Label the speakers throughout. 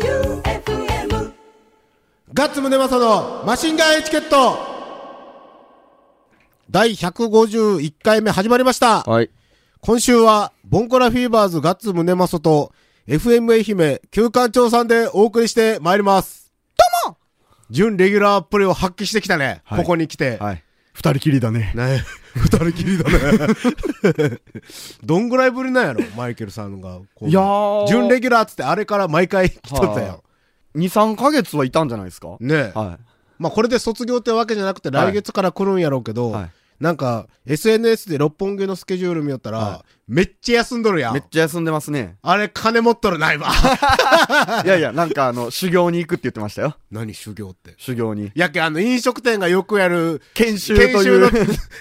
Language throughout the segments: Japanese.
Speaker 1: J-O-E-U-F-M
Speaker 2: ガッツムネマソのマシンガンエチケット第151回目始まりました
Speaker 3: はい。
Speaker 2: 今週は、ボンコラフィーバーズガッツムネマソと、FM 愛媛旧館長さんでお送りしてまいります。どうも準レギュラーっぷりを発揮してきたね。
Speaker 3: はい
Speaker 2: ここに来て。
Speaker 3: はい。二人きりだね。
Speaker 2: ね 二人きりだね。 どんぐらいぶりなんやろマイケルさんが。こう
Speaker 3: いやー
Speaker 2: 準レギュラーっつってあれから毎回来とったやん
Speaker 3: は。二、三ヶ月はいたんじゃないですか
Speaker 2: ねえ。
Speaker 3: は
Speaker 2: まあこれで卒業ってわけじゃなくて
Speaker 3: はい
Speaker 2: 来月から来るんやろうけど、
Speaker 3: はい
Speaker 2: なんか SNS で六本木のスケジュール見よったら、
Speaker 3: は
Speaker 2: めっちゃ休んどるや
Speaker 3: い。めっ
Speaker 2: ん。。
Speaker 3: ちゃ休んでますね
Speaker 2: あれ金持っとるな、今。
Speaker 3: いやいや、なんかあの、修行に行くって言ってましたよ。
Speaker 2: 何修行って。
Speaker 3: 修行に。
Speaker 2: やけ、あの飲食店がよくやる、
Speaker 3: 研修
Speaker 2: 研
Speaker 3: と
Speaker 2: 修
Speaker 3: い
Speaker 2: の
Speaker 3: う。、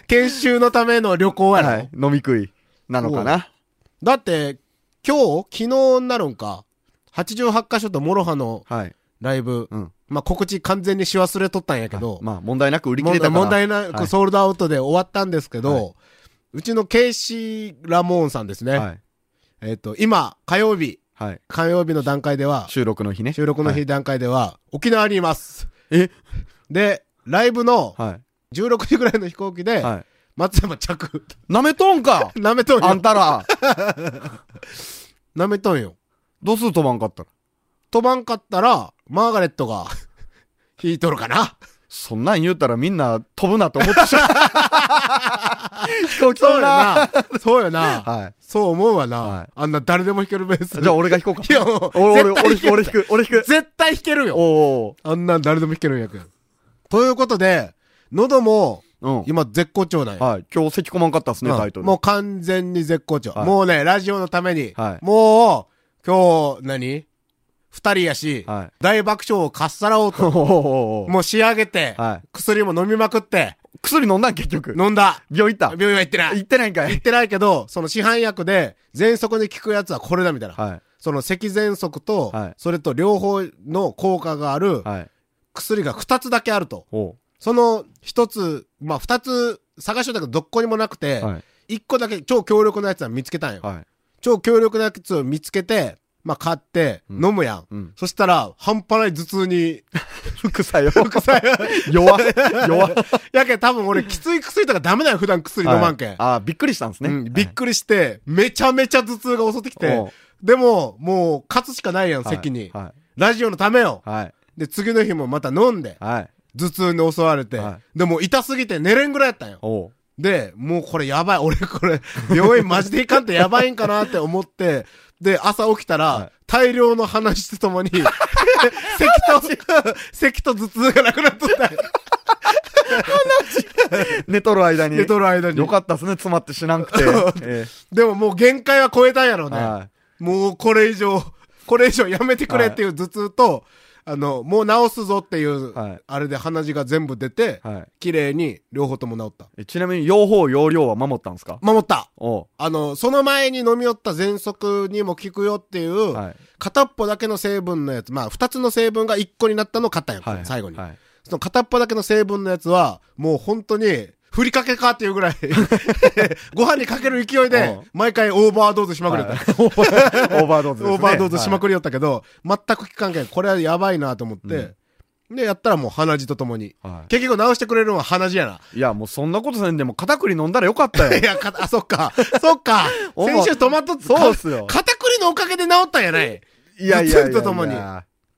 Speaker 2: 研修のための旅行やろ。
Speaker 3: はい。飲み食い。なのかな
Speaker 2: だって、今日昨日になるんか。88カ所とモロハの
Speaker 3: はい。
Speaker 2: ライブ。
Speaker 3: うん。
Speaker 2: まあ告知完全にし忘れとったんやけど。
Speaker 3: まあ、問題なく売り切
Speaker 2: 問
Speaker 3: れた
Speaker 2: 題
Speaker 3: から。
Speaker 2: 問題な
Speaker 3: は
Speaker 2: く
Speaker 3: い
Speaker 2: ソールドアウトで終わったんですけど、
Speaker 3: は
Speaker 2: うちのケイシー・ラモーンさんですね。
Speaker 3: はい。
Speaker 2: えっ、と、今、火曜日、
Speaker 3: はい。
Speaker 2: 火曜日の段階では、
Speaker 3: 収録の日ね。
Speaker 2: 収録の
Speaker 3: は
Speaker 2: 日
Speaker 3: い。
Speaker 2: 段階では、沖縄にいます。
Speaker 3: え
Speaker 2: で、ライブの
Speaker 3: は
Speaker 2: 16時ぐらいの飛行機
Speaker 3: い。
Speaker 2: で、
Speaker 3: は
Speaker 2: 松山着、
Speaker 3: い。舐めとんか
Speaker 2: なめとん
Speaker 3: あ
Speaker 2: よ
Speaker 3: ん。たら、
Speaker 2: なめとんよ。
Speaker 3: 度数飛ばんかったら。
Speaker 2: 飛ばんかったら、マーガレットが、引いとるかな。
Speaker 3: そんなん言うたらみんな飛ぶなと思ってしまう。飛行機飛
Speaker 2: そう
Speaker 3: ぶな。
Speaker 2: やな。そうやな。
Speaker 3: はい。
Speaker 2: そう思うわ
Speaker 3: は
Speaker 2: な
Speaker 3: い。
Speaker 2: あんな誰でも弾けるベース。
Speaker 3: じゃあ俺が引こうか。
Speaker 2: いやもう
Speaker 3: 俺、俺、
Speaker 2: 絶対
Speaker 3: 俺
Speaker 2: 弾ける
Speaker 3: 引く、俺引く。
Speaker 2: 絶対弾けるよ。
Speaker 3: お
Speaker 2: あんなん誰でも弾けるんやけん。ということで、喉も
Speaker 3: お。うん。
Speaker 2: 今絶好調なんや。
Speaker 3: はい。今日咳こまんかったっすね、
Speaker 2: うん
Speaker 3: タイトル。
Speaker 2: もう完全に絶好調。
Speaker 3: はい
Speaker 2: もうね、ラジオのために、
Speaker 3: はい
Speaker 2: もう、今日、何二人やし、
Speaker 3: はい
Speaker 2: 大爆笑をかっさらおう
Speaker 3: お
Speaker 2: と。
Speaker 3: ーおーおー
Speaker 2: もう仕上げて、
Speaker 3: はい
Speaker 2: 薬も飲みまくって、
Speaker 3: 薬飲んだん結局。
Speaker 2: 飲んだ。
Speaker 3: 病院行っ
Speaker 2: 病院は行ってな
Speaker 3: た。行
Speaker 2: い
Speaker 3: っ。てないんか
Speaker 2: 行っ
Speaker 3: い。
Speaker 2: てないけど、その市販薬で、喘息に効くやつはこれだみたいな。
Speaker 3: は
Speaker 2: その咳喘息と、
Speaker 3: はい
Speaker 2: それと両方の効果がある
Speaker 3: い。はい。
Speaker 2: 薬が二つだけあると。
Speaker 3: お
Speaker 2: その一つ、まあ二つ探しとったけどどっこにもなくて、
Speaker 3: う。はい。
Speaker 2: 一個だけ超強力なやつは見つけたんよ。
Speaker 3: はい。
Speaker 2: 超強力なやつを見つけて、まあ買って
Speaker 3: うん
Speaker 2: 飲むやん。
Speaker 3: うん。
Speaker 2: そしたら、半端ない頭痛 に、
Speaker 3: 副作用。
Speaker 2: 副作用。
Speaker 3: 弱。 弱。
Speaker 2: やけん多分俺きつい薬とかダメだよ、普段薬飲まんけん。
Speaker 3: はいあー、びっくりしたんです
Speaker 2: う
Speaker 3: ね。
Speaker 2: んびっくりして、めちゃめちゃ頭痛が襲ってき
Speaker 3: お
Speaker 2: て
Speaker 3: う、
Speaker 2: でも、もう、勝つしかないやん、
Speaker 3: はい
Speaker 2: 席に。
Speaker 3: は
Speaker 2: ラジオのためよ
Speaker 3: い。。はい。
Speaker 2: で、次の日もまた飲んで、
Speaker 3: はい。
Speaker 2: 頭痛に襲われて
Speaker 3: は、
Speaker 2: でも痛すぎて寝れんぐらいやったんよ。
Speaker 3: おう。
Speaker 2: で、もうこれやばい。 俺これ、病院マジでいかんとやばいんかなって思って、で、朝起きたら、
Speaker 3: はい
Speaker 2: 大量の話とと もに、咳と、 咳と頭痛がなくなっと ったんや。
Speaker 3: 寝とる間に。
Speaker 2: 寝とる間に。
Speaker 3: よかったっすね、詰まって死なんく て。え
Speaker 2: でももう限界は超えたんやろう
Speaker 3: え
Speaker 2: ね。
Speaker 3: はい。
Speaker 2: もうこれ以上、これ以上やめてくれっていう頭痛と、あの、もう治すぞっていう、
Speaker 3: はい
Speaker 2: あれで鼻血が全部出て、
Speaker 3: はい
Speaker 2: 綺麗に両方とも治った。
Speaker 3: え。ちなみに、用法、用量は守ったんですか
Speaker 2: 守った
Speaker 3: おう。
Speaker 2: あの、その前に飲み寄った喘息にも効くよっていう、
Speaker 3: はい。
Speaker 2: 片っぽだけの成分のやつ、まあ、二つの成分が一個になったのを買ったんやんか、
Speaker 3: はい。
Speaker 2: 最後に、
Speaker 3: はい。
Speaker 2: その片っぽだけの成分のやつは、もう本当に、ふりかけかっていうぐ らい、ご飯にかける勢いで
Speaker 3: うん、
Speaker 2: 毎回オーバードーズしまくれた。
Speaker 3: はい オーバードーズですね。
Speaker 2: オーバードーズしま
Speaker 3: る。
Speaker 2: くりよったけど、全く効かんけん、これはやばいなと思って、で、やったらもう鼻血とともに。
Speaker 3: はい
Speaker 2: 結局治してくれるのは鼻血やな。
Speaker 3: いや、もうそんなことせんでも、片栗飲んだらよかったよ
Speaker 2: い。や、か あ、そっか。そっか。
Speaker 3: お
Speaker 2: 先週止まっとっ
Speaker 3: そうっす よ
Speaker 2: か片栗のおかげで治ったんやない。
Speaker 3: いやいやいやいや
Speaker 2: 頭痛とともに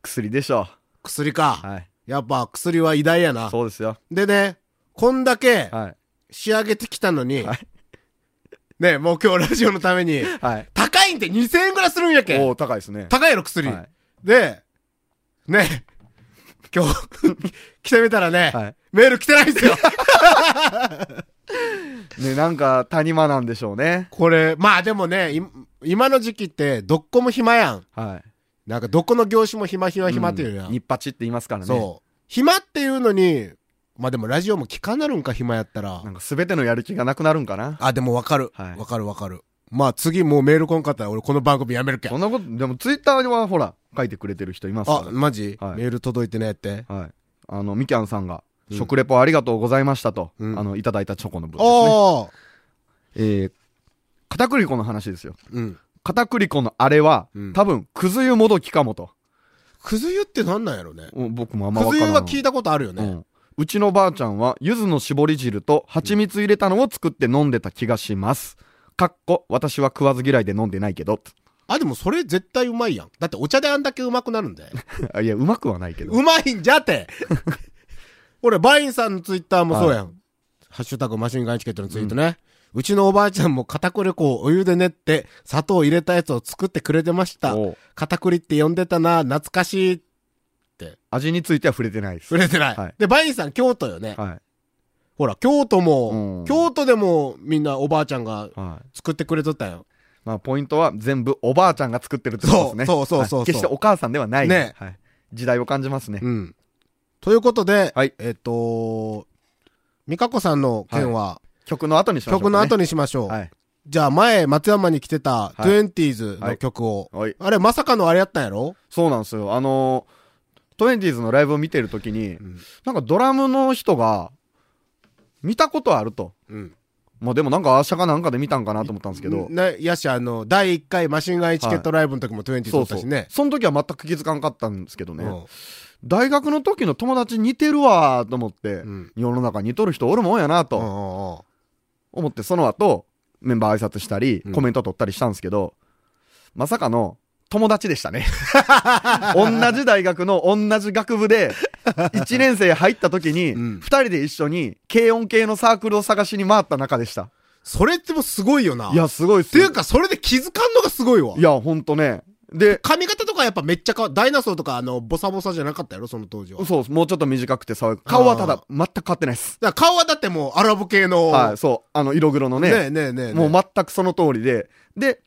Speaker 3: 薬でしょ。
Speaker 2: 薬か。
Speaker 3: はい。
Speaker 2: やっぱ薬は偉大やな。
Speaker 3: そうですよ。
Speaker 2: でね、こんだけ
Speaker 3: はい。
Speaker 2: 仕上げてきたのに、
Speaker 3: はい
Speaker 2: ね、もう今日ラジオのために、
Speaker 3: はい。
Speaker 2: 高いんって2000円ぐらいするんやけ
Speaker 3: お
Speaker 2: ん。
Speaker 3: お高いですね。
Speaker 2: 高いやろ、薬。
Speaker 3: はい
Speaker 2: で、ね、今日、 来てみたらね、
Speaker 3: は
Speaker 2: メール来てないんですよ。
Speaker 3: い。ね、なんか、谷間なんでしょうね。
Speaker 2: これ、まあでもね、い今の時期って、どっこも暇やん。
Speaker 3: はい。
Speaker 2: なんか、どこの業種も暇暇暇っていうや。
Speaker 3: うんんニッパチって言いますからね。
Speaker 2: そう。暇っていうのに、まあでもラジオも聞かなるんか、暇やったら。
Speaker 3: なんか、すべてのやる気がなくなるんかな。
Speaker 2: あ、でもわかる。わ、
Speaker 3: はい
Speaker 2: かるわかる。まあ次もうメール来んかったら俺この番組やめるけん
Speaker 3: そんなこと、でも、ツイッターには、ほら、書いてくれてる人います
Speaker 2: あ、
Speaker 3: か
Speaker 2: マジ、
Speaker 3: はい
Speaker 2: メール届いてねって。
Speaker 3: ら。はい。あの、みきゃんさんが、
Speaker 2: うん
Speaker 3: 食レポありがとうございましたと、
Speaker 2: うん
Speaker 3: あの、いただいたチョコの分ですね。
Speaker 2: ああ、
Speaker 3: えー、片栗粉の話ですよ。
Speaker 2: うん。
Speaker 3: 片栗粉のあれは、
Speaker 2: うん
Speaker 3: 多分、くず湯もどきかもと。
Speaker 2: くず湯ってなんなんやろね。
Speaker 3: うん僕もあんま
Speaker 2: くず
Speaker 3: 分から
Speaker 2: 湯
Speaker 3: ん
Speaker 2: は聞いたことあるよね。
Speaker 3: うんうちのばあちゃんは、柚子の絞り汁と蜂蜜入れたのを作って飲んでた気がします。かっこ、私は食わず嫌いで飲んでないけど。
Speaker 2: あ、でもそれ絶対うまいやん。だってお茶であんだけうまくなるんだよ。
Speaker 3: いや、うまくはないけど。
Speaker 2: うまいんじゃって。 俺、バインさんのツイッターもそうやん。ハッシュタグマシンガンエチケットのツイートね。うちのおばあちゃんも片栗粉をお湯で練って、砂糖を入れたやつを作ってくれてました。
Speaker 3: おう
Speaker 2: 片栗って呼んでたな、懐かしい。
Speaker 3: 味については触れてないです。
Speaker 2: 触れてない。
Speaker 3: はい
Speaker 2: で、バインさん京都よね。
Speaker 3: はい。
Speaker 2: ほら、京都も
Speaker 3: う、ん
Speaker 2: 京都でもみんなおばあちゃんが
Speaker 3: はい。
Speaker 2: 作ってくれとったよ。
Speaker 3: まあ、ポイントは全部おばあちゃんが作ってるってことですね。
Speaker 2: そうそうそうそう
Speaker 3: はい決してお母さんではない。
Speaker 2: ね
Speaker 3: はい。時代を感じますね。
Speaker 2: うん。ということで、
Speaker 3: はい
Speaker 2: えっ、と、美香子さんの件は、
Speaker 3: 曲の後にしましょうか、
Speaker 2: 曲
Speaker 3: ね。
Speaker 2: の後にしましょう。
Speaker 3: はい。
Speaker 2: じゃあ前、松山に来てた、
Speaker 3: い
Speaker 2: トゥエンティーズの曲を。
Speaker 3: はい。
Speaker 2: あれ、まさかのあれやったんやろ
Speaker 3: そうなんですよ。あのー、トゥエンティーズのライブを見てるときに、
Speaker 2: ん
Speaker 3: なんかドラムの人が、見たことあると。
Speaker 2: うん。
Speaker 3: まあでもなんかアーシャかなんかで見たんかなと思ったんですけど、
Speaker 2: ね、やし、あの、第1回マシンガンエチケットライブの時もトゥエンティーズ
Speaker 3: そ
Speaker 2: だ
Speaker 3: う
Speaker 2: った
Speaker 3: そう
Speaker 2: し。ね。
Speaker 3: その時は全く気づかんかったんですけどね、
Speaker 2: うん
Speaker 3: 大学の時の友達似てるわーと思って、
Speaker 2: ん
Speaker 3: 世の中似とる人おるもんやな
Speaker 2: うん
Speaker 3: と
Speaker 2: うんうん
Speaker 3: 思って、その後、メンバー挨拶したり
Speaker 2: うん、
Speaker 3: コメント取ったりしたんですけど、まさかの、友達でしたね。 同じ大学の同じ学部で、1年生入った時に、
Speaker 2: うん
Speaker 3: 2人で一緒に軽音系のサークルを探しに回った中でした。
Speaker 2: それってもうすごいよな。
Speaker 3: い
Speaker 2: っ
Speaker 3: や、すごいっす
Speaker 2: てい
Speaker 3: よ
Speaker 2: うか、それで気づかんのがすごいわ
Speaker 3: い。や、ほんとね。で、
Speaker 2: 髪型とかやっぱめっちゃかわダイナソーとかあの、ボサボサじゃなかったやろその当時は。だか
Speaker 3: そうですもうちょっと短くて爽やか。顔はた
Speaker 2: あ
Speaker 3: だ、全く変わってないです。
Speaker 2: ら顔はだってもうアラブ系の。
Speaker 3: はい、そう。あの、色黒の
Speaker 2: ね
Speaker 3: ね。
Speaker 2: えねえねえねえ。
Speaker 3: もう全くその通りで。で、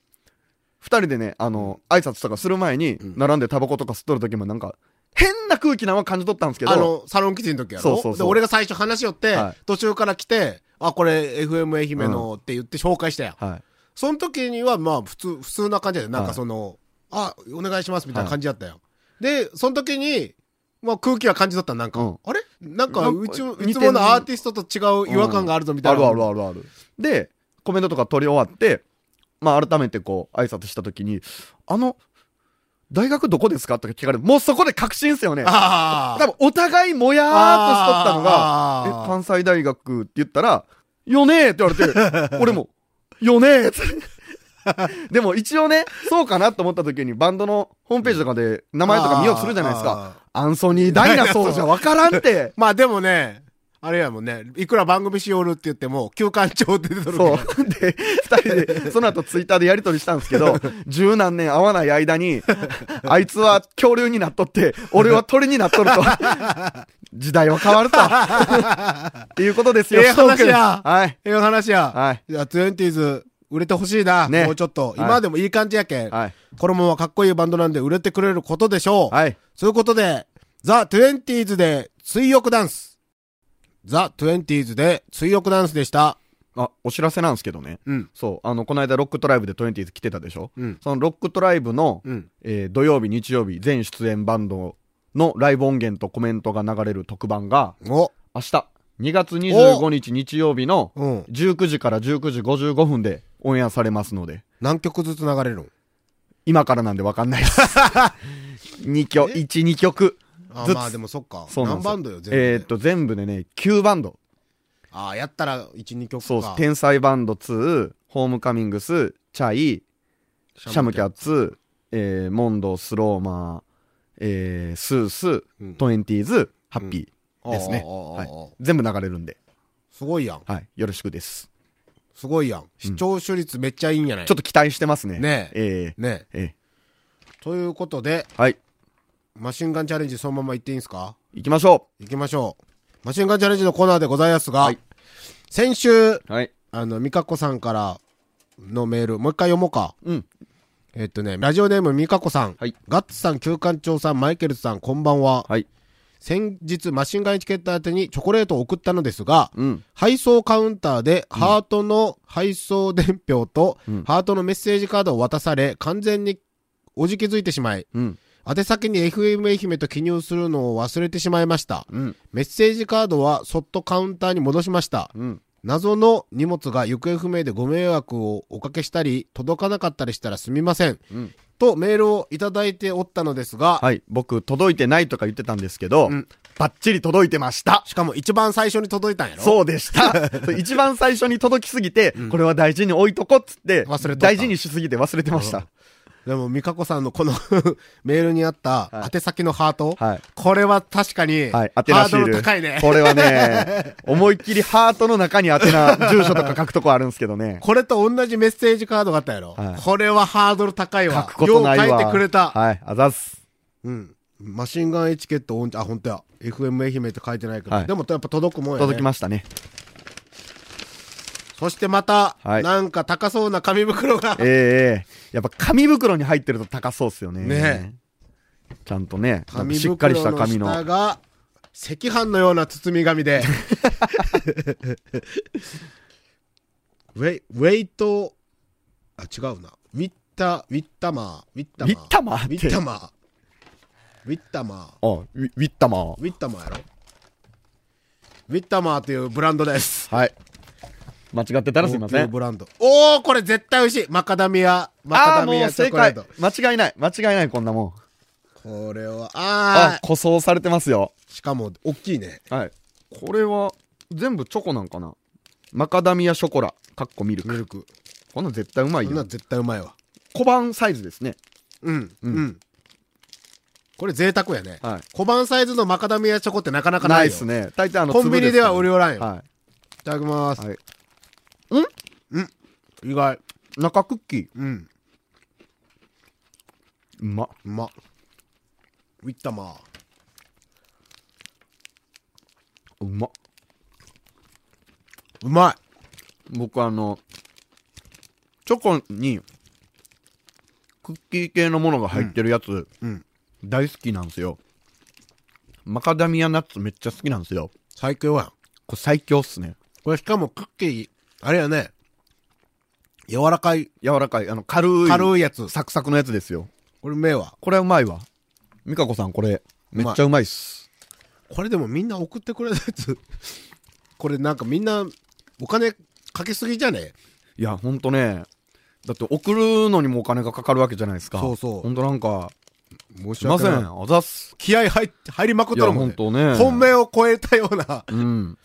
Speaker 3: 二人でね、あの、挨拶とかする前に、
Speaker 2: ん
Speaker 3: 並んでタバコとか吸っとる時もなんか、変な空気なんは感じ取ったんですけど、
Speaker 2: あの、サロン基地の時やろ
Speaker 3: そうそうそう
Speaker 2: で、俺が最初話しよって、
Speaker 3: はい
Speaker 2: 途中から来て、あ、これ FM 愛媛のって言って紹介したやん。
Speaker 3: はい。
Speaker 2: その時には、まあ、普通、普通な感じやで、なん
Speaker 3: は
Speaker 2: か
Speaker 3: い
Speaker 2: その、あ、お願いしますみたいな感じやったよ。で、その時に、まあ、空気は感じ取った、なんか、
Speaker 3: うん
Speaker 2: あれなんか、
Speaker 3: なんか
Speaker 2: うち、
Speaker 3: 似てん
Speaker 2: いつものアーティストと違う違和感があるぞみたいな。
Speaker 3: あるあるあるある。で、コメントとか取り終わって、まあ改めてこう、挨拶した時に、あの、大学どこですかとか聞かれて、もうそこで確信っすよね。
Speaker 2: あ
Speaker 3: 多分お互いもやーっとしとったのが、え
Speaker 2: が、
Speaker 3: 関西大学って言ったら「よねえ」って言わ れて俺も「よねえ」って でも一応ねそうかなと思った時にバンドのホームページとかで名前とか見ようとするじゃないです
Speaker 2: あー
Speaker 3: かアンソニー・ダイナソーじゃわからんって
Speaker 2: まあでもね、あれやもんね、いくら番組しよるって言っても、休館長って出てる
Speaker 3: そう
Speaker 2: か
Speaker 3: で二人でその後ツイッターでやり取りしたんですけど十何年会わない 間にあいつは恐竜になっとって俺は鳥になっとる と時代は変わるとっていうことですよ
Speaker 2: ええ話や
Speaker 3: は
Speaker 2: ら。
Speaker 3: い
Speaker 2: ええ話や。
Speaker 3: は
Speaker 2: い
Speaker 3: い
Speaker 2: や、トゥエンティーズ、売れてほしいな。
Speaker 3: ね
Speaker 2: もうちょっと。
Speaker 3: い
Speaker 2: 今でもいい感じやけん。
Speaker 3: はい
Speaker 2: このままかっこいいバンドなんで売れてくれることでしょう。
Speaker 3: はい
Speaker 2: そういうことで、ザ・トゥエンティーズで、水浴ダンス。ザ・トゥエンティーズで、水浴ダンスでした。
Speaker 3: あ、お知らせなんですけどね。
Speaker 2: うん。
Speaker 3: そう。あの、この間、ロックトライブでトゥエンティーズ来てたでしょ
Speaker 2: うん。
Speaker 3: そのロックトライブの、
Speaker 2: うん。
Speaker 3: えー土曜日、日曜日、全出演バンドのライブ音源とコメントが流れる特番が、
Speaker 2: お。
Speaker 3: 明日、2月25日日曜日の
Speaker 2: うん。
Speaker 3: 19時から19時55分でオンエアされますので、
Speaker 2: 何曲ずつ流れるん
Speaker 3: 今からなんでわかんな いです。2曲、1、2曲。
Speaker 2: あ、
Speaker 3: ずつ
Speaker 2: まあでもそっか。
Speaker 3: そうなん
Speaker 2: 何
Speaker 3: ですよ
Speaker 2: バンドよ、全部で。
Speaker 3: えーっと、全部でね、9バンド。
Speaker 2: ああ、やったら、1、2曲か。
Speaker 3: そうです。天才バンド2、ホームカミングス、チャイ、シャムキャッツ、えーモンド、スローマー、えースース、
Speaker 2: うん
Speaker 3: トエンティーズ、ハッピーですね。
Speaker 2: あーあーあーあー
Speaker 3: はい全部流れるんで、
Speaker 2: すごいやん。
Speaker 3: はい、よろしくです。
Speaker 2: すごいやん。視聴処率めっちゃいいんやない
Speaker 3: ちょっと期待してますね。
Speaker 2: ねえ
Speaker 3: え
Speaker 2: ね
Speaker 3: ーえ
Speaker 2: ということで、
Speaker 3: ーはい、
Speaker 2: マシンガンチャレンジそのまま行っていいんすか
Speaker 3: 行きましょ
Speaker 2: 行きましょう。マシンガンチャレンジのコーナーでございますが、
Speaker 3: はい
Speaker 2: 先週、
Speaker 3: う。はい。
Speaker 2: あの、美香子さんからのメール、もう一回読もうか。
Speaker 3: うん。
Speaker 2: えっとね、ラジオネーム美香子さん、
Speaker 3: はい
Speaker 2: ガッツさん、旧館長さん、マイケルズさん、こんばんは。
Speaker 3: はい。
Speaker 2: 先日、マシンガンエチケット宛てにチョコレートを送ったのですが、
Speaker 3: うん。
Speaker 2: 配送カウンターでハートの配送伝票とハートのメッセージカードを渡され完全におじけづいてしまい
Speaker 3: うん。
Speaker 2: 宛先に FM 愛媛と記入するのを忘れてしまいました
Speaker 3: うん。
Speaker 2: メッセージカードはそっとカウンターに戻しました
Speaker 3: うん。
Speaker 2: 謎の荷物が行方不明でご迷惑をおかけしたり、届かなかったりしたらすみません。
Speaker 3: うん
Speaker 2: とメールをいただいておったのですが、
Speaker 3: はい。僕、届いてないとか言ってたんですけど、
Speaker 2: うん
Speaker 3: バッチリ届いてました。
Speaker 2: しかも一番最初に届いたんやろ
Speaker 3: そうでした。そう 一番最初に届きすぎて、これは大事に置いとこっつって、
Speaker 2: 忘れとった
Speaker 3: 大事にしすぎて忘れてました。
Speaker 2: でも、美香子さんの このメールにあった
Speaker 3: はい
Speaker 2: 宛先のハート、
Speaker 3: はい
Speaker 2: これは確かに、
Speaker 3: はい、
Speaker 2: ハ
Speaker 3: 宛名
Speaker 2: ー
Speaker 3: シ
Speaker 2: ド
Speaker 3: ー
Speaker 2: ル
Speaker 3: ル。
Speaker 2: 高いね。
Speaker 3: これ はね、思いっきりハートの中に宛名、住所とか書くとこあるんですけどね。
Speaker 2: これと同じメッセージカードがあったやろ。
Speaker 3: はい
Speaker 2: これはハードル高い
Speaker 3: 書
Speaker 2: わ。
Speaker 3: くことないわ。
Speaker 2: よう書いてくれた。
Speaker 3: はい、あざっす。
Speaker 2: うん。マシンガンエチケットオン、あ、本当や。FM 愛媛って書いてないけど、
Speaker 3: はい
Speaker 2: でもやっぱ届くもんや、ね。
Speaker 3: 届きましたね。
Speaker 2: す。そしてまた、
Speaker 3: はい
Speaker 2: なんか高そうな紙袋が、
Speaker 3: ええやっぱ紙袋に入ってると高そうっすよね。
Speaker 2: ね
Speaker 3: ちゃんとね、なんか
Speaker 2: 紙
Speaker 3: しっかりし
Speaker 2: 袋の
Speaker 3: た紙の。
Speaker 2: 下が、赤飯のような包み紙で、 ウェイ、ウェイト、あ、違うな。ウィッタ、ウィッタマー、ウィッタマー。
Speaker 3: ウィッタマー
Speaker 2: ウ
Speaker 3: って
Speaker 2: ィッタマー。ウィッタマー。
Speaker 3: あ、ウィウィッタマー。
Speaker 2: ウィッタマーやろウィッタマーというブランドです。
Speaker 3: はい。間違ってたらすいませ
Speaker 2: 高級
Speaker 3: ん。
Speaker 2: ブランド。おー、これ絶対美味しい。マカダミア、マ
Speaker 3: あ
Speaker 2: カ
Speaker 3: あ、
Speaker 2: ダ
Speaker 3: も
Speaker 2: ミ
Speaker 3: う
Speaker 2: アチ
Speaker 3: 正
Speaker 2: ョコレー
Speaker 3: 解
Speaker 2: ト。。
Speaker 3: 間違いない。間違いない、こんなもん。
Speaker 2: これは、
Speaker 3: あ
Speaker 2: あ、
Speaker 3: 塗装されてますよ。
Speaker 2: ー、しかも、大きいね。
Speaker 3: はい。これは、全部チョコなんかなマカダミアショコラ、かっこミル
Speaker 2: ミ
Speaker 3: ク。
Speaker 2: ルク。
Speaker 3: こんなん絶対うま
Speaker 2: こ
Speaker 3: い
Speaker 2: んな
Speaker 3: よ
Speaker 2: ん。絶対うまいわ。
Speaker 3: 小判サイズですね。
Speaker 2: うん、うん。これ贅沢やね。
Speaker 3: はい
Speaker 2: 小判サイズのマカダミアチョコってなかなかな
Speaker 3: ないい
Speaker 2: よ。
Speaker 3: ですね。大体あの、
Speaker 2: コンビニでは
Speaker 3: 売
Speaker 2: 売りおらんよ。
Speaker 3: はい
Speaker 2: ただきます。
Speaker 3: い。はい。
Speaker 2: 意外。
Speaker 3: 中クッキー。
Speaker 2: うん。
Speaker 3: うま。
Speaker 2: うま。ウィッタマー。
Speaker 3: うま。
Speaker 2: うまい。
Speaker 3: 僕あの、チョコに、クッキー系のものが入ってるやつ、
Speaker 2: うん。
Speaker 3: 大好きなんですよ。マカダミアナッツめっちゃ好きなんですよ。
Speaker 2: 最強やん。
Speaker 3: これ最強っすね。
Speaker 2: これしかもクッキー、あれやね、柔らかい、
Speaker 3: 柔らかい、あの、軽い、
Speaker 2: 軽いやつ。
Speaker 3: サクサクのやつですよ。
Speaker 2: これ目は。
Speaker 3: これうまいわ。美香子さんこれ、めっちゃうまいっす。
Speaker 2: これでもみんな送ってくれたやつ。 これなんかみんな、お金かけすぎじゃね
Speaker 3: いや、ほんとね、だって送るのにもお金がかかるわけじゃないですか。
Speaker 2: そうそう
Speaker 3: ほんとなんか、
Speaker 2: 申
Speaker 3: すいません、
Speaker 2: い。
Speaker 3: あざっす。
Speaker 2: 気合入って、入りまくっ
Speaker 3: い
Speaker 2: と
Speaker 3: や、
Speaker 2: るも
Speaker 3: ほ
Speaker 2: ん
Speaker 3: ん
Speaker 2: ね。
Speaker 3: とね。
Speaker 2: 本命を超えたような。
Speaker 3: うん。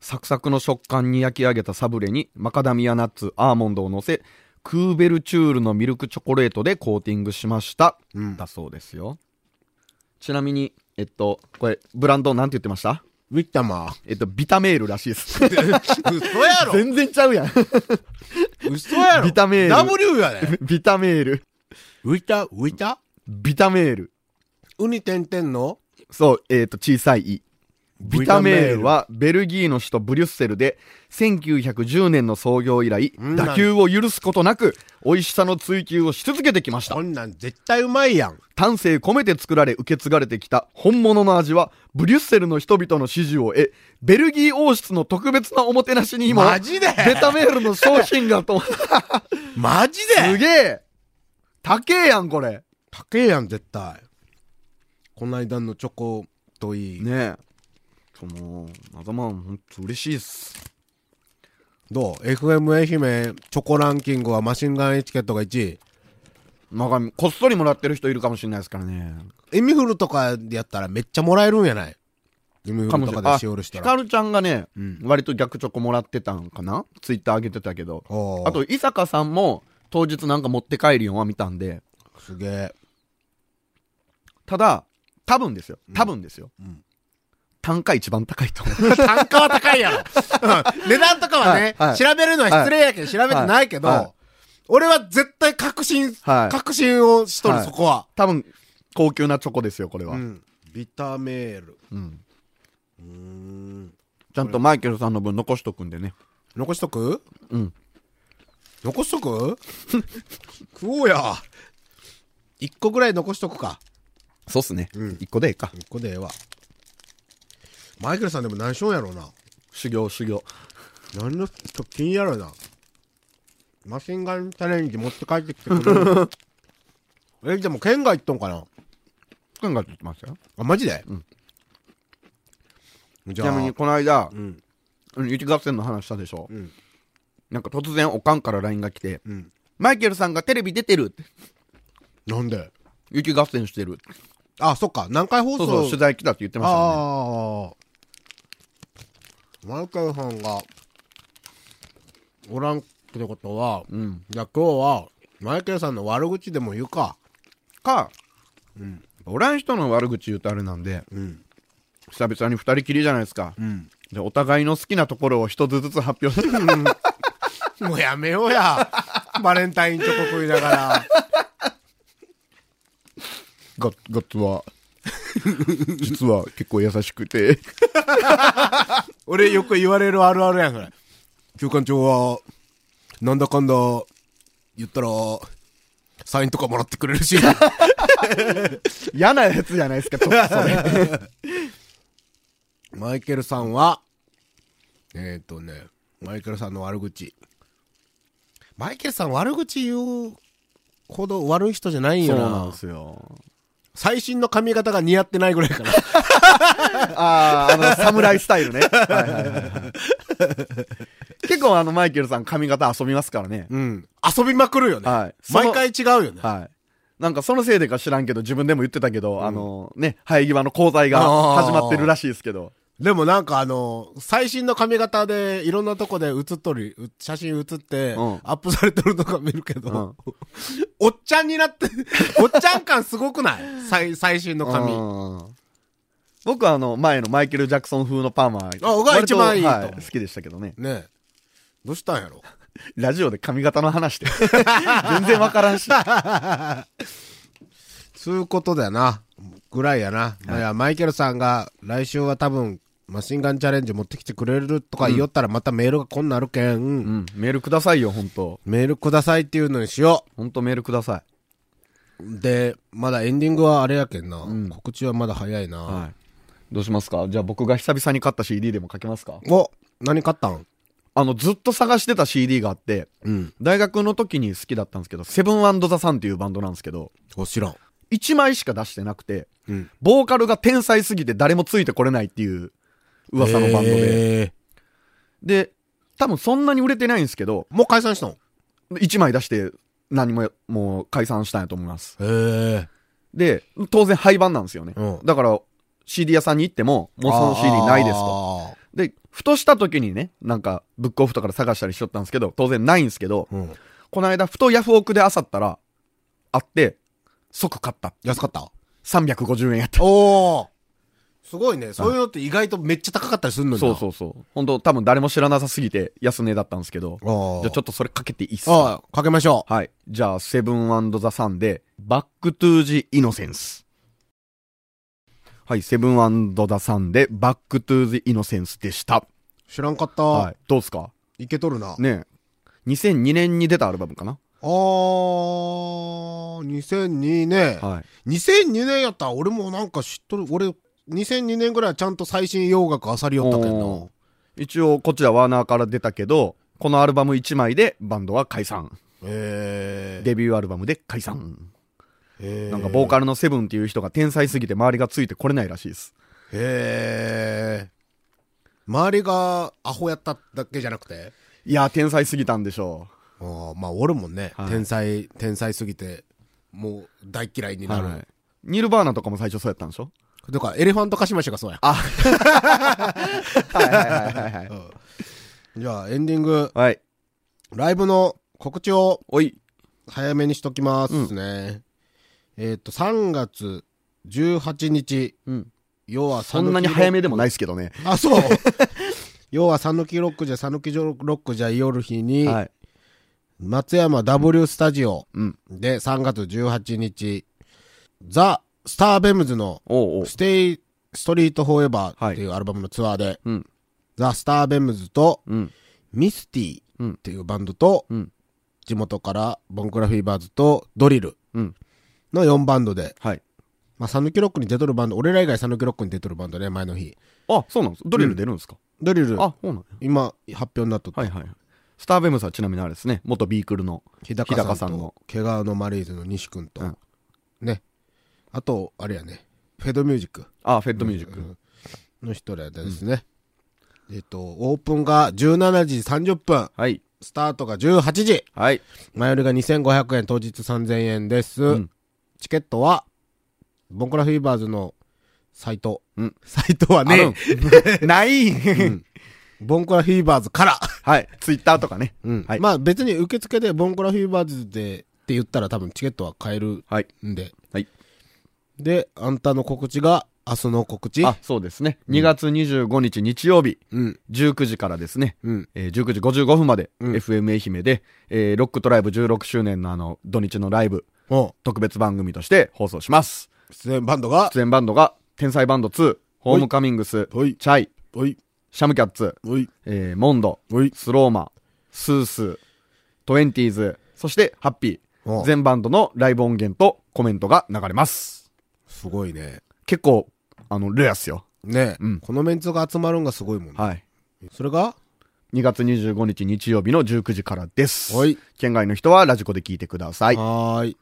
Speaker 3: サクサクの食感に焼き上げたサブレにマカダミアナッツ、アーモンドを乗せ、クーベルチュールのミルクチョコレートでコーティングしました。
Speaker 2: うん
Speaker 3: だそうですよ。ちなみに、えっと、これ、ブランドなんて言ってました
Speaker 2: ウィッタマー。
Speaker 3: えっと、ビタメールらしいです。
Speaker 2: 嘘やろ
Speaker 3: 全然ちゃうやん。
Speaker 2: 嘘やろ
Speaker 3: ビタメール
Speaker 2: W やね。
Speaker 3: ビタメール。
Speaker 2: ウィタ、ウィタ
Speaker 3: ビタメール。
Speaker 2: ウニ点々の
Speaker 3: そう、えっ、と、小さい「い」。ビタメール。はベルギーの首都ブリュッセルで1910年の創業以来
Speaker 2: うん
Speaker 3: 打球を許すことなく美味しさの追求をし続けてきました
Speaker 2: こんなん絶対うまいやん。
Speaker 3: 丹精込めて作られ受け継がれてきた本物の味はブリュッセルの人々の支持を得ベルギー王室の特別なおもてなしに今
Speaker 2: マジで
Speaker 3: ベタメールの商品がと
Speaker 2: マジ
Speaker 3: す
Speaker 2: で
Speaker 3: げえ高えやんこれ
Speaker 2: 高えやん、絶対。この間のチョコといい。
Speaker 3: ねえちょもうまだまだほんと嬉しいっす
Speaker 2: どう ?FM 愛媛チョコランキングはマシンガンエチケットが1位。
Speaker 3: なんかこっそりもらってる人いるかもしれないですからね
Speaker 2: エミフルとかでやったらめっちゃもらえるんやないエミフルとかでしおるした。
Speaker 3: あひからるちゃんがね、
Speaker 2: うん
Speaker 3: 割と逆チョコもらってたんかなツイッター上げてたけど。
Speaker 2: おー
Speaker 3: あと、伊坂さんも当日なんか持って帰るようは見たんで、
Speaker 2: すげえ。
Speaker 3: ただ、多分ですよ。多分ですよ。
Speaker 2: ん
Speaker 3: 単価一番高いと思う。
Speaker 2: 単価は高いやろ。うん値段とかはね、
Speaker 3: はいはい
Speaker 2: 調べるのは失礼やけど、調べてないけど、
Speaker 3: はいはい
Speaker 2: 俺は絶対確信、
Speaker 3: はい
Speaker 2: 確信をしとる、
Speaker 3: はい
Speaker 2: そこは。
Speaker 3: 多分、高級なチョコですよ、これは。うん。
Speaker 2: ん。ビタメール。うん。
Speaker 3: ちゃんとマイケルさんの分残しとくんでね。
Speaker 2: 残しとく
Speaker 3: うん。
Speaker 2: 残しとく 食おうや。一個ぐらい残しとくか。
Speaker 3: そうっすね。
Speaker 2: うん
Speaker 3: 一個でええか。
Speaker 2: 一個でええわ。マイケルさんでも何しようやろうな。
Speaker 3: 修行、修行。
Speaker 2: 何の時気にやろな。マシンガンチャレンジ持って帰ってきてくれ る。え、でも県外行っとんかな
Speaker 3: くんが言ってましたよ。
Speaker 2: あ、マジでじ
Speaker 3: ち
Speaker 2: ゃ
Speaker 3: な
Speaker 2: あ、
Speaker 3: みに、この間、
Speaker 2: ん
Speaker 3: うん雪合戦の話したでしょ、
Speaker 2: ん
Speaker 3: なんか突然おかんから LINE が来て、
Speaker 2: ん
Speaker 3: マイケルさんがテレビ出てるって
Speaker 2: なんで
Speaker 3: 雪合戦してるって
Speaker 2: あ、そっか。南海放
Speaker 3: そ
Speaker 2: 送。
Speaker 3: うそう取材来たって言ってましたね
Speaker 2: ああ。マイケルさんが、おらんってことは、
Speaker 3: ん
Speaker 2: じゃあ今日は、マイケルさんの悪口でも言う か。
Speaker 3: か、おらん人の悪口言うとあれなんで、
Speaker 2: ん
Speaker 3: 久々に二人きりじゃないですか、
Speaker 2: ん
Speaker 3: でお互いの好きなところを一つずつ発表して
Speaker 2: もうやめようや。バレンタインチョコ食いながら。
Speaker 3: ガッガッツは実は結構優しくて
Speaker 2: 俺よく言われるあるあるやん、それ。教官長は、なんだかんだ、言ったら、サインとかもらってくれる し。
Speaker 3: 嫌なやつじゃないですかちょっとそれ
Speaker 2: マイケルさんは、えっ、ー、とね、マイケルさんの悪口。マイケルさん悪口言うほど悪い人じゃないん
Speaker 3: そ
Speaker 2: よ
Speaker 3: う
Speaker 2: な。
Speaker 3: なんですよ
Speaker 2: 最新の髪型が似合ってないぐらいか な。
Speaker 3: ああ、あの、侍スタイルね。はいはいはいはい 結構あの、マイケルさん髪型遊びますからね。
Speaker 2: うん。遊びまくるよね。
Speaker 3: はいその
Speaker 2: 毎回違うよね。
Speaker 3: はい。なんかそのせいでか知らんけど、自分でも言ってたけど、あの、ね、生え際の交代が始まってるらしいですけど。
Speaker 2: でもなんかあの、最新の髪型でいろんなとこで写っとる、う写真写って、
Speaker 3: うん
Speaker 2: アップされてるとか見るけど、おっちゃんになって、おっちゃん感すごくない最、最新の髪。
Speaker 3: うん僕はあの、前のマイケル・ジャクソン風のパーマ。
Speaker 2: あが一番いいと
Speaker 3: 割は好きでしたけどね。
Speaker 2: ねえ。どうしたんやろ
Speaker 3: ラジオで髪型の話で。全然わから んし。
Speaker 2: そういうことだよな。ぐらいやな。い、や、マイケルさんが来週は多分、マシンガンチャレンジ持ってきてくれるとか言おったらまたメールがこんなるけん。
Speaker 3: うん、メールくださいよ、ほんと。
Speaker 2: メールくださいっていうのにしよ
Speaker 3: ほんとメールくださ
Speaker 2: う。で、まだエンディングはあれやけんな。
Speaker 3: ん
Speaker 2: 告知はまだ早いな。
Speaker 3: い。はい。どうしますかじゃあ僕が久々に買った CD でもかけますか
Speaker 2: お、何買ったん
Speaker 3: あの、ずっと探してた CD があって、
Speaker 2: うん。
Speaker 3: 大学の時に好きだったんですけど、セブンザ・サンっていうバンドなんですけど、
Speaker 2: お、知らん。
Speaker 3: 1枚しか出してなくて、
Speaker 2: うん。
Speaker 3: ボーカルが天才すぎて誰もついてこれないっていう噂のバンドで。
Speaker 2: で。
Speaker 3: で、多分そんなに売れてないんですけど、
Speaker 2: もう解散したんへ
Speaker 3: 1枚出して何もや、もう解散したんやと思います。
Speaker 2: え。
Speaker 3: で、当然廃盤なんですよね。
Speaker 2: うん
Speaker 3: だから、CD 屋さんに行っても、もうその CD ないですと。
Speaker 2: と。
Speaker 3: で、ふとした時にね、なんか、ブックオフとかで探したりしとったんですけど、当然ないんですけど、
Speaker 2: うん。
Speaker 3: この間、ふとヤフオクで漁ったら、あって、即買った。
Speaker 2: 安かった
Speaker 3: 350円やった。
Speaker 2: おー。すごいね。そういうのって意外とめっちゃ高かったりするのにな
Speaker 3: そうそうそう。本当多分誰も知らなさすぎて安値だったんですけど、じ
Speaker 2: ああ。
Speaker 3: ゃあちょっとそれかけていいっすか
Speaker 2: ああ、かけましょう。
Speaker 3: はい。じゃあ、セブンザ・サンで、バック・トゥ・ジ・イノセンス。はい、セブンザ・サンで、バック・トゥ・ジ・イノセンスでした。
Speaker 2: 知らんかった。
Speaker 3: はい。どうですか
Speaker 2: い、けとるな。
Speaker 3: ねえ。2002年に出たアルバムかな
Speaker 2: あー、2002ね。
Speaker 3: はい。
Speaker 2: 2002年やったら俺もなんか知っとる。俺、2002年ぐらいはちゃんと最新洋楽あさりよったけど
Speaker 3: おー一応こっちはワーナーから出たけどこのアルバム1枚でバンドは解散
Speaker 2: な。えー。
Speaker 3: デビューアルバムで解散
Speaker 2: えー、
Speaker 3: なんかボーカルのセブンっていう人が天才すぎて周りがついてこれないらしいです
Speaker 2: えー。周りがアホやっただけじゃなくて。
Speaker 3: いやー天才すぎたんでしょ
Speaker 2: あーまあ、おるもんね、
Speaker 3: はい
Speaker 2: 天才、天才すぎて、もう大嫌いに
Speaker 3: う、
Speaker 2: なる。
Speaker 3: はい、ニルバーナとかも最初そうやったんでしょ
Speaker 2: とか、エレファントカシマシがそうや。あ、
Speaker 3: はいはいはいはい
Speaker 2: じゃあエンディング、
Speaker 3: はい
Speaker 2: ライブの告知を
Speaker 3: おい
Speaker 2: 早めにしときますね。えっ、と、3月18日、
Speaker 3: うん
Speaker 2: 要は
Speaker 3: そんなに早めでもな
Speaker 2: い。
Speaker 3: いですけどね
Speaker 2: あ、そう 要は讃岐ロックじゃ、讃岐ロックじゃ、夜日に、
Speaker 3: はい
Speaker 2: 松山 W スタジオ
Speaker 3: うん
Speaker 2: で3月18日、ザ・スターベムズの
Speaker 3: おうおう
Speaker 2: ステイ・ストリート・フォーエバーっていうアルバムのツアーで、
Speaker 3: うん
Speaker 2: ザ・スターベムズと
Speaker 3: うん
Speaker 2: ミスティっていうバンドと、
Speaker 3: うん
Speaker 2: 地元からボンクラフィーバーズとドリル
Speaker 3: うん
Speaker 2: の4バンドで、
Speaker 3: はい
Speaker 2: まあ、サヌキロックに出とるバンド、俺ら以外サヌキロックに出とるバンドね、前の日。
Speaker 3: あそうなんですドリル出るんですか、
Speaker 2: ドリル、
Speaker 3: あそうなんや
Speaker 2: 今、発表になっとった。
Speaker 3: はいはいスターベムスはちなみにあれですね元ビークルの
Speaker 2: 日
Speaker 3: 高
Speaker 2: 高さ
Speaker 3: さんと
Speaker 2: んと、毛皮のマリーズの西君と、
Speaker 3: うん
Speaker 2: ね。あと、あれやね、フェドミュージック
Speaker 3: あフェッドミュージック、
Speaker 2: の人らでですね。えっ、と、オープンが17時30分、
Speaker 3: はい。
Speaker 2: スタートが18時、
Speaker 3: はい。
Speaker 2: 前売りが2500円、当日3000円です。
Speaker 3: うん
Speaker 2: チケットは、ボンクラフィーバーズのサイト。
Speaker 3: うん
Speaker 2: サイトは
Speaker 3: ある
Speaker 2: ね
Speaker 3: ん、 ない、
Speaker 2: ボンクラフィーバーズから。
Speaker 3: はい。ツイッターとかね。
Speaker 2: うん
Speaker 3: はい
Speaker 2: まあ別に受付でボンクラフィーバーズでって言ったら多分チケットは買える
Speaker 3: はい。
Speaker 2: んで。
Speaker 3: はい。
Speaker 2: で、あんたの告知が明日の告知。
Speaker 3: あ、そうですね。2月25日日曜日、
Speaker 2: うん。
Speaker 3: 19時からですね。
Speaker 2: うん。
Speaker 3: えー19時55分まで、
Speaker 2: うん
Speaker 3: FM 愛媛で、えーロックトライブ16周年のあの、土日のライブ、
Speaker 2: も
Speaker 3: 特別番組として放送します。
Speaker 2: う、出演バンドが、
Speaker 3: 出演バンドが、天才バンド2、ホームカミングス、チ
Speaker 2: おい
Speaker 3: ャイ、
Speaker 2: おい、
Speaker 3: シャムキャッツ、
Speaker 2: おい、
Speaker 3: えーモンド、
Speaker 2: おい。
Speaker 3: スローマ、スースー、トゥエンティーズ、そしてハッピ
Speaker 2: お
Speaker 3: ー、全バンドのライブ音源とコメントが流れます。
Speaker 2: すごいね。
Speaker 3: 結構、あの、レアっすよ。
Speaker 2: ね、
Speaker 3: うん
Speaker 2: このメンツが集まるんがすごいもんね。
Speaker 3: はい。
Speaker 2: それが、
Speaker 3: 2月25日日曜日の19時からです。
Speaker 2: はい
Speaker 3: 県外の人はラジコで聞いてください。
Speaker 2: はーい。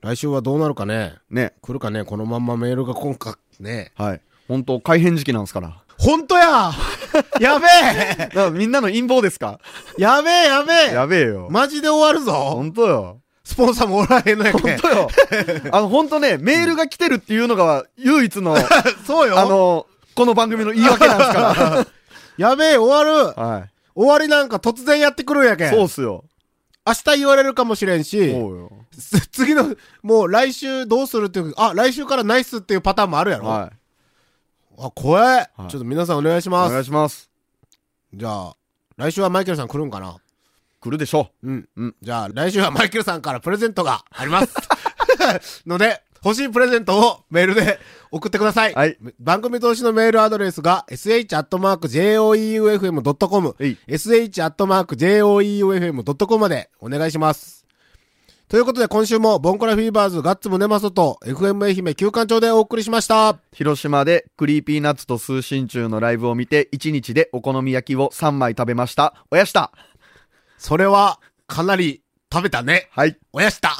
Speaker 2: 来週はどうなるかね。
Speaker 3: ね。
Speaker 2: 来るかね、このまんまメールが今回ね。
Speaker 3: はい。本当改変時期なんですから。
Speaker 2: ほんとややべえ
Speaker 3: だからみん なの陰謀ですか
Speaker 2: やべえやべえ
Speaker 3: やべえよ。
Speaker 2: マジで終わるぞ
Speaker 3: 本当よ。
Speaker 2: スポンサーもおらへんのやけ
Speaker 3: 本当よ。あの、本当ね、メールが来てるっていうのが唯一の、あ
Speaker 2: そうよ
Speaker 3: の、この番組の言い訳なんですか
Speaker 2: やべえ、終わる
Speaker 3: ら。 はい。
Speaker 2: 終わりなんか突然やってくるんやけん。
Speaker 3: そうっすよ。
Speaker 2: 明日言われるかもしれんし、
Speaker 3: そうよ。
Speaker 2: す 次の、もう来週どうするっていう、あ、来週からないっすっていうパターンもあるやろ、
Speaker 3: はい。
Speaker 2: あ、怖え、
Speaker 3: はい
Speaker 2: ちょっと皆さんお願いし
Speaker 3: お
Speaker 2: ます。
Speaker 3: 願いします。
Speaker 2: じゃあ、来週はマイケルさん来るんかな
Speaker 3: 来るでしょ
Speaker 2: うん。
Speaker 3: うん
Speaker 2: じゃあ、来週はマイケルさんからプレゼントがあり ます。ので、欲しいプレゼントをメールで送ってください。
Speaker 3: はい
Speaker 2: 番組投資のメールアドレスが、sh.joeufm.com
Speaker 3: う。。えい。
Speaker 2: sh.joeufm.com までお願いします。ということで、今週も、ボンコラフィーバーズガッツムネマソと、FM 愛媛旧館長でお送りしました。
Speaker 3: 広島でクリーピーナッツと数神中のライブを見て、1日でお好み焼きを3枚食べました。おやした。
Speaker 2: それは、かなり食べたね。
Speaker 3: はい。
Speaker 2: おやした。